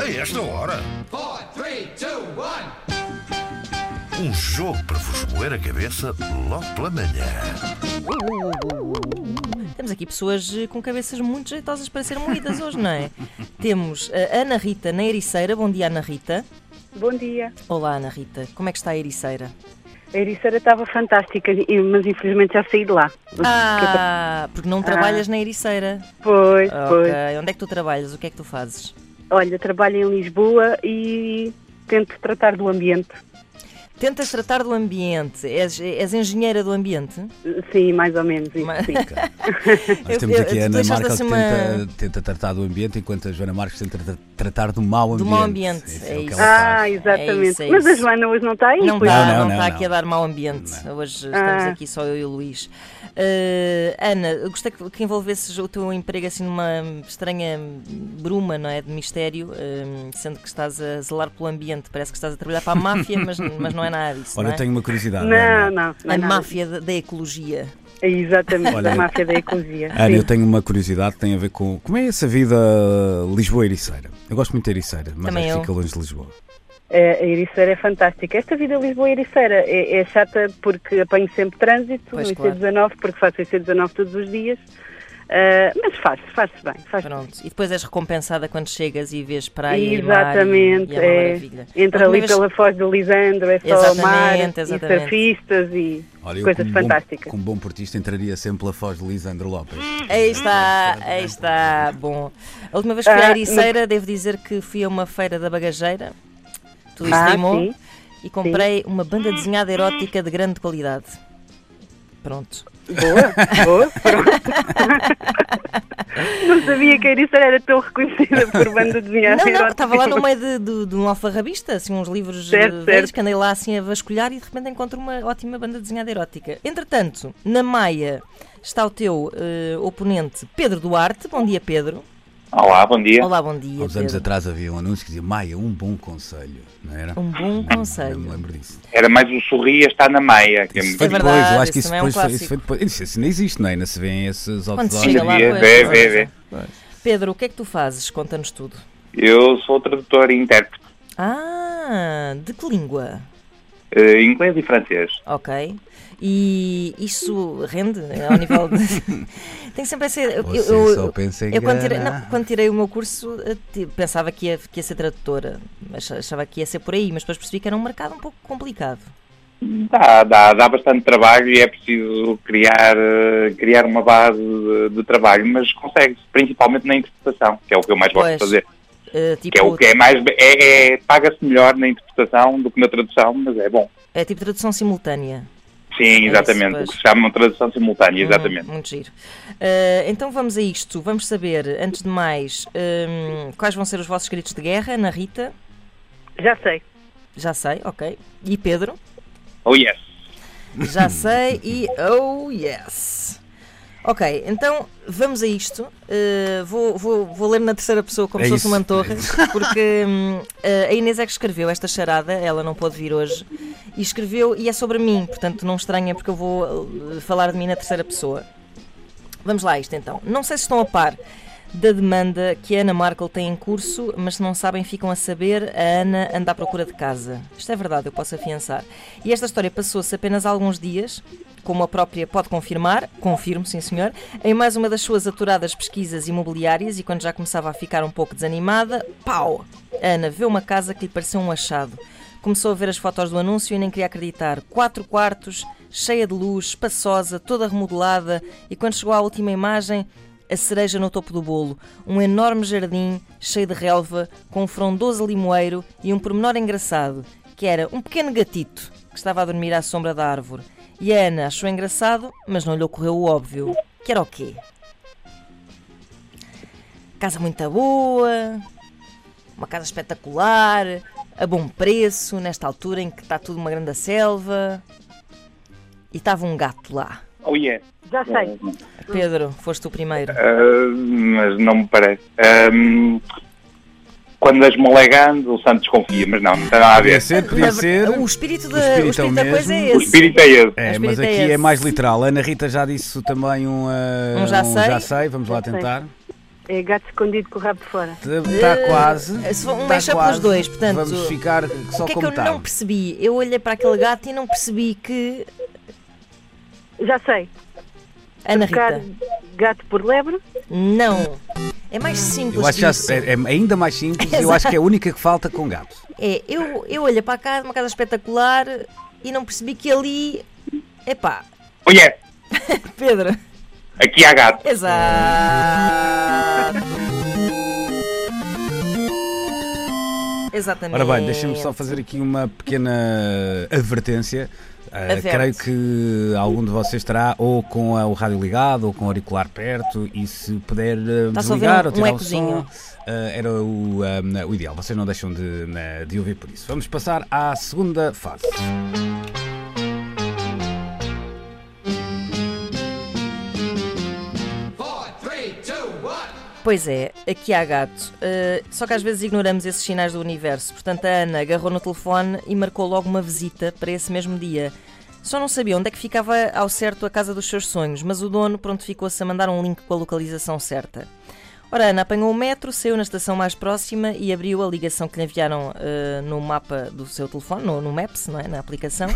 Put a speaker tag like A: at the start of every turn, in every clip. A: a esta hora?
B: four, three, two, one.
A: Um jogo para vos moer a cabeça logo pela manhã.
C: Temos aqui pessoas eh, com cabeças muito jeitosas para serem moídas hoje, não é? Temos a Ana Rita na Ericeira. Bom dia, Ana Rita.
D: Bom dia.
C: Olá, Ana Rita. Como é que está a Ericeira?
D: A Ericeira estava fantástica, e- mas infelizmente já saí de lá.
C: Ah, porque não trabalhas na Ericeira.
D: Pois,
C: Ok.
D: pois.
C: Onde é que tu trabalhas? O que é que tu fazes?
D: Olha, trabalho em Lisboa e tento tratar do ambiente.
C: Tentas tratar do ambiente. És, és engenheira do ambiente?
D: Sim, mais ou menos isso.
C: Mas-
D: sim.
C: Eu-
E: Nós temos
C: eu-
E: aqui
C: tu
E: a Ana
C: deixaste
E: Marques que
C: assim
E: tenta, tenta tratar do ambiente, enquanto a Joana Marques tenta tra- tratar do mau ambiente.
C: Do mau ambiente,
E: Isso
C: é
E: o que
C: isso.
E: ela faz.
D: Ah, exatamente.
C: É isso, é
D: mas a
C: isso.
D: Joana hoje não está aí,
C: Não
D: pois Ah.
C: está,
E: não,
C: não,
E: não,
C: está
E: não.
C: aqui a dar mau ambiente. Hoje estamos aqui só eu e o Luís. Eh, Ana, eu gostei que, que envolvesses o teu emprego assim numa estranha bruma, não é? De mistério, eh, sendo que estás a zelar pelo ambiente. Parece que estás a trabalhar para a máfia, mas, mas não é nada disso.
E: Olha,
C: não é?
E: eu tenho uma curiosidade.
D: Não,
E: Ana.
D: não. não
C: A
D: é nada.
C: máfia da, da ecologia.
D: É Exatamente,
E: Olha,
D: a máfia da ecologia.
E: Ana,
D: sim.
E: eu tenho uma curiosidade que tem a ver com como é essa vida uh, Lisboa-Ericeira. Eu gosto muito de Ericeira, mas
C: Também
E: acho que
C: eu.
E: fica longe de Lisboa.
D: É, A Ericeira é fantástica. Esta vida Lisboa-Ericeira é, é chata porque apanho sempre trânsito
C: Pois,
D: no
C: claro.
D: IC19, porque faço IC19 todos os dias. Ah, mas faz-se, faz-se bem. Faz
C: Pronto. E depois és recompensada quando chegas e vês praia
D: Exatamente,
C: e mar. E, e é uma
D: é.
C: maravilha.
D: Entra
C: Uma
D: ali
C: vez-
D: pela Foz do Lisandro, é só o mar,
C: Exatamente,
D: e
C: exatamente.
D: surfistas e
E: Olha, eu
D: coisas
E: como Bom,
D: fantásticas.
E: como bom portista entraria sempre pela foz de Lisandro Lopes.
C: Aí está, aí está. Bom, a última vez que fui à
D: Ah,
C: Ericeira, devo dizer que fui a uma feira da bagageira, tudo isso
D: Ah,
C: rimou,
D: sim,
C: e comprei uma banda desenhada erótica de grande qualidade. Pronto.
D: Boa, boa, pronto. Não sabia que a Ericeira era tão reconhecida por banda desenhada.
C: Não, não,
D: é erótica.
C: estava lá no meio de, de, de um alfarrabista, assim, uns livros
D: Certo,
C: eh, velhos
D: certo.
C: que andei lá assim a vasculhar e de repente encontro uma ótima banda desenhada erótica. Entretanto, na Maia está o teu eh, oponente Pedro Duarte. Bom dia, Pedro.
F: Olá, bom dia.
C: Olá, bom dia.
E: Há uns anos
C: Pedro.
E: atrás havia um anúncio que dizia Maia, um bom conselho, não era?
C: Um bom
E: Não-
C: conselho.
E: Não me lembro disso.
F: Era mais o Sorria está na meia. Que é
E: Isso
F: muito
E: foi
C: É
E: depois,
C: verdade,
E: eu acho que isso,
C: isso também é um
E: depois foi, isso
C: clássico.
E: foi depois. Isso, isso nem existe, não é? Ainda se vêem esses
C: Quando se
E: outdoors.
C: chega lá,
F: Vê,
C: pois,
F: vê,
C: pois,
F: vê.
C: pois. Pedro, o que é que tu fazes? Conta-nos tudo.
F: Eu sou tradutor e intérprete
C: Ah, de que língua?
F: eh, inglês e francês.
C: Ok. E isso rende eh, ao nível de. Tem sempre essa. Eu,
E: Você
C: eu-
E: só pensa em
C: eu quando tirei,
E: grana.
C: não, quando tirei o meu curso eh, ti- pensava que ia, que ia ser tradutora, Ach- achava que ia ser por aí, mas depois percebi que era um mercado um pouco complicado.
F: Dá, dá, dá bastante trabalho e é preciso criar, eh, criar uma base de, de trabalho, mas consegue-se, principalmente na interpretação, que é o que eu mais gosto
C: Pois,
F: de fazer.
C: Eh,
F: Que é o
C: tipo,
F: que é mais. É, é- Paga-se melhor na interpretação do que na tradução, mas é bom.
C: é tipo tradução simultânea.
F: Sim,
C: É isso,
F: exatamente.
C: pois.
F: o que se chama tradução simultânea,
C: Hum,
F: exatamente.
C: muito giro. Eh, então vamos a isto. Vamos saber, antes de mais, hum, quais vão ser os vossos gritos de guerra, Ana Rita?
D: Já sei.
C: Já sei, ok. E Pedro?
F: Oh, yes.
C: Já sei e oh yes. Ok, então vamos a isto. Uh, vou, vou, vou ler na terceira pessoa como
E: É
C: se fosse
E: isso.
C: uma torre, porque hum, uh, a Inês é que escreveu esta charada, ela não pôde vir hoje, e escreveu, e é sobre mim, portanto não estranha porque eu vou uh, falar de mim na terceira pessoa. Vamos lá a isto então. Não sei se estão a par da demanda que a Ana Markle tem em curso, mas se não sabem, ficam a saber, a Ana anda à procura de casa. Isto é verdade, eu posso afiançar. E esta história passou-se apenas há alguns dias, como a própria pode confirmar, confirmo, sim senhor, em mais uma das suas aturadas pesquisas imobiliárias e quando já começava a ficar um pouco desanimada, pau! A Ana vê uma casa que lhe pareceu um achado. Começou a ver as fotos do anúncio e nem queria acreditar. Quatro quartos, cheia de luz, espaçosa, toda remodelada, e quando chegou à última imagem, a cereja no topo do bolo. Um enorme jardim, cheio de relva, com um frondoso limoeiro e um pormenor engraçado, que era um pequeno gatito que estava a dormir à sombra da árvore. E a Ana achou engraçado, mas não lhe ocorreu o óbvio. Que era o quê? Casa muito boa, uma casa espetacular, a bom preço, nesta altura em que está tudo uma grande selva. E estava um gato lá.
F: Oh,
C: É.
F: yes.
D: Já sei.
C: Pedro, foste o primeiro.
F: Uh, mas não me parece. Um, quando as molegando, o santo desconfia, mas não, não tem nada a
E: Podia
F: ver.
E: ser, podia
C: Na
E: ser.
C: ver- O espírito da,
E: O espírito
C: o espírito
E: é o
C: da coisa é
E: mesmo.
F: O
C: esse.
F: espírito é
E: É,
F: esse.
C: Mas
E: mas
C: espírito
E: aqui
C: é
E: é,
C: esse.
E: mais literal. A Ana Rita já disse também um, eh,
C: Um já sei.
E: vamos lá
D: Já sei.
E: tentar.
D: É gato escondido com o rabo fora.
E: Está quase.
C: Eh, se for um
E: tá
C: deixa pelos
E: quase.
C: dois, portanto,
E: Vamos ficar só
C: o que é que
E: como
C: eu
E: está.
C: não percebi? Eu olhei para aquele gato e não percebi que.
D: Já sei.
C: Ana Rita.
D: Trocar gato por lebre.
C: Não. É mais simples.
E: Eu acho que já-
C: disso.
E: é, é ainda mais simples. Eu acho que é a única que falta com gato.
C: É, eu, eu olhei para a casa, uma casa espetacular, e não percebi que ali. Epá,
F: Olha,
C: Pedro.
F: aqui há gato.
C: Exato. Exatamente.
E: Ora bem, deixa-me só fazer aqui uma pequena advertência. Ah,
C: Adverte.
E: creio que algum de vocês estará ou com a- o rádio ligado ou com o auricular perto e se puder ah,
C: Está-se a ouvir
E: desligar
C: um-
E: ou tirar
C: um
E: o som
C: ecozinho.
E: ah, era o, ah, o ideal. Vocês não deixam de, na- de ouvir por isso. Vamos passar à segunda fase.
B: Four, three, two, one.
C: Pois é, aqui há gato. Uh, só que às vezes ignoramos esses sinais do universo. Portanto, a Ana agarrou no telefone e marcou logo uma visita para esse mesmo dia. Só não sabia onde é que ficava ao certo a casa dos seus sonhos, mas o dono prontificou-se a mandar um link com a localização certa. Ora, Ana apanhou o metro, saiu na estação mais próxima e abriu a ligação que lhe enviaram uh, no mapa do seu telefone, no, no Maps, não é? na aplicação,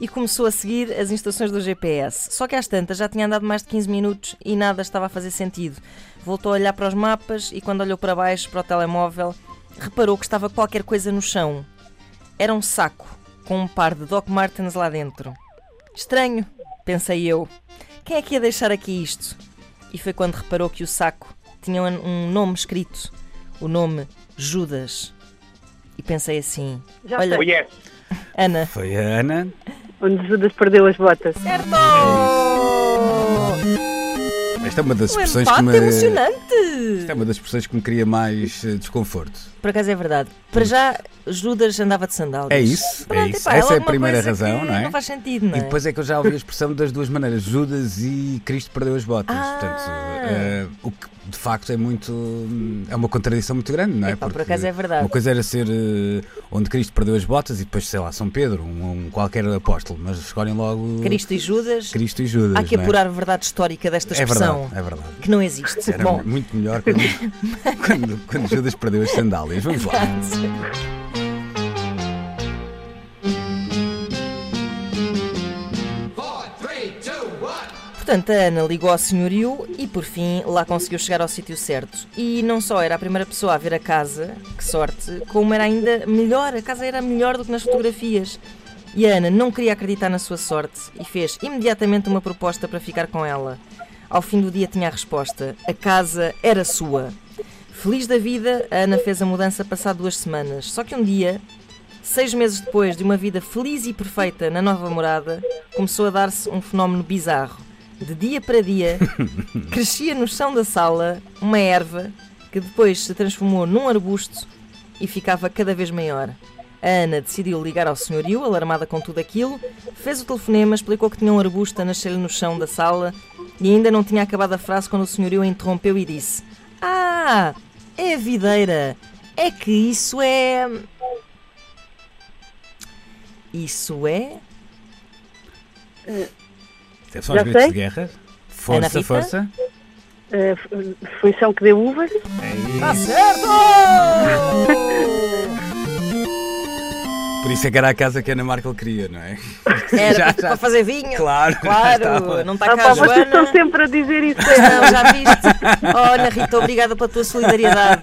C: e começou a seguir as instruções do GPS. Só que às tantas já tinha andado mais de 15 minutos e nada estava a fazer sentido. Voltou a olhar para os mapas e, quando olhou para baixo, para o telemóvel, reparou que estava qualquer coisa no chão. Era um saco com um par de Doc Martens lá dentro. Estranho, pensei eu. Quem é que ia deixar aqui isto? E foi quando reparou que o saco tinha um um nome escrito, o nome Judas. E pensei assim:
D: Já
C: Olha,
F: Olha,
C: Ana,
E: Foi a Ana.
D: Onde Judas perdeu as botas.
C: certo!
E: Esta é uma das
C: Um
E: expressões que
C: empate
E: me.
C: emocionante!
E: Esta é uma das expressões que me cria mais eh, desconforto.
C: Por acaso é verdade. Para já, Judas andava de sandálias.
E: É isso, é isso. Essa
C: epá,
E: é a
C: alguma
E: primeira
C: coisa
E: razão,
C: que
E: não é?
C: Não faz sentido, não é?
E: E depois é que eu já ouvi a expressão das duas maneiras, Judas e Cristo perdeu as botas.
C: Ah.
E: Portanto, eh, o que de facto é muito. hum, é uma contradição muito grande, não é?
C: Epá, por acaso é verdade.
E: Uma coisa era ser eh, onde Cristo perdeu as botas e depois, sei lá, São Pedro, um, um qualquer apóstolo, mas escolhem logo
C: Cristo e Judas.
E: Cristo e Judas.
C: Há que
E: não é?
C: apurar a verdade histórica desta
E: É verdade,
C: expressão.
E: é verdade.
C: Que não existe.
E: Era
C: Bom,
E: muito melhor quando, quando, quando Judas perdeu as sandálias. Vamos lá.
B: Four, three, two, one.
C: Portanto, a Ana ligou ao senhorio e, por fim, lá conseguiu chegar ao sítio certo. E não só era a primeira pessoa a ver a casa, que sorte, como era ainda melhor, a casa era melhor do que nas fotografias. E a Ana não queria acreditar na sua sorte e fez imediatamente uma proposta para ficar com ela. Ao fim do dia tinha a resposta: a casa era sua. Feliz da vida, a Ana fez a mudança passado duas semanas. Só que um dia, Seis meses depois de uma vida feliz e perfeita na nova morada, começou a dar-se um fenómeno bizarro. De dia para dia, crescia no chão da sala uma erva que depois se transformou num arbusto e ficava cada vez maior. A Ana decidiu ligar ao senhorio, alarmada com tudo aquilo, fez o telefonema, explicou que tinha um arbusto a nascer no chão da sala e ainda não tinha acabado a frase quando o senhorio a interrompeu e disse: Ah, é a videira! É que isso é. Isso é.
E: São os
D: Já
E: gritos
D: sei.
E: de guerra. Força,
C: Ana Rita?
E: força.
D: Eh, f- foi chão que deu uvas. Tá
C: Está certo!
E: Por isso é que era a casa que a Ana Markel queria, não é?
C: Era
E: Já,
C: para-
E: já.
C: para fazer vinho?
E: Claro, já estava.
C: Claro, não está cá
D: Ah, pá,
C: a
D: vocês estão
C: Joana.
D: sempre a dizer isso. é.
C: Não, já viste? Oh, Ana Rita, obrigada pela tua solidariedade.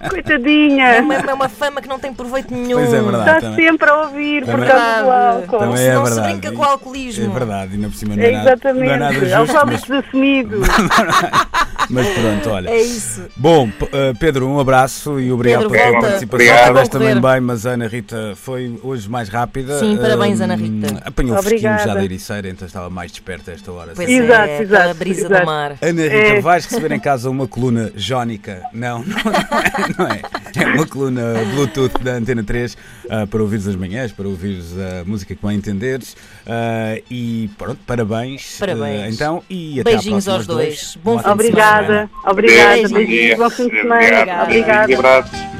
C: É
D: Coitadinha.
C: uma, é uma fama que não tem proveito nenhum.
E: Pois é verdade.
D: Está
E: também.
D: sempre a ouvir por
E: Também-
D: causa do álcool.
E: Também
C: Se
E: é
C: não se
E: verdade.
C: brinca com o alcoolismo.
E: É verdade, ainda por cima não
D: É
E: é nada, não é nada
D: exatamente. Alcoólicos
E: justo,
D: assumidos.
E: mas, mas pronto, olha.
C: É isso.
E: Bom, P- eh, Pedro, um abraço e obrigado
C: Pedro,
E: pela tua
C: volta.
E: participação.
F: Obrigado.
E: Estiveste também
C: Correr.
E: bem, mas a Ana Rita foi hoje mais rápida.
C: Sim, parabéns,
E: Ahm,
C: Ana Rita.
E: Apanhou o fresquinho já
D: Obrigada.
E: da Ericeira, então estava mais desperta a esta hora.
C: Pois
E: sim.
D: Exato,
C: é,
D: exato,
C: a brisa do
D: exato.
C: mar.
E: Ana Rita,
D: É.
E: vais receber em casa uma coluna jónica? Não, não, não é, não é. É uma coluna Bluetooth da Antena 3 ah, para ouvires as manhãs, para ouvires a música que bem entenderes. Ah, e pronto, parabéns.
C: Parabéns.
E: ah, então, e até à
C: Beijinhos
E: próxima
C: aos dois.
E: Bom
C: Bom
E: fim de semana. é?
D: Obrigada. Obrigada.
C: Beijinhos.
D: Beijinhos. Bom fim de semana.
C: Obrigada.
F: Obrigado. Um
D: Obrigada.
F: Obrigado.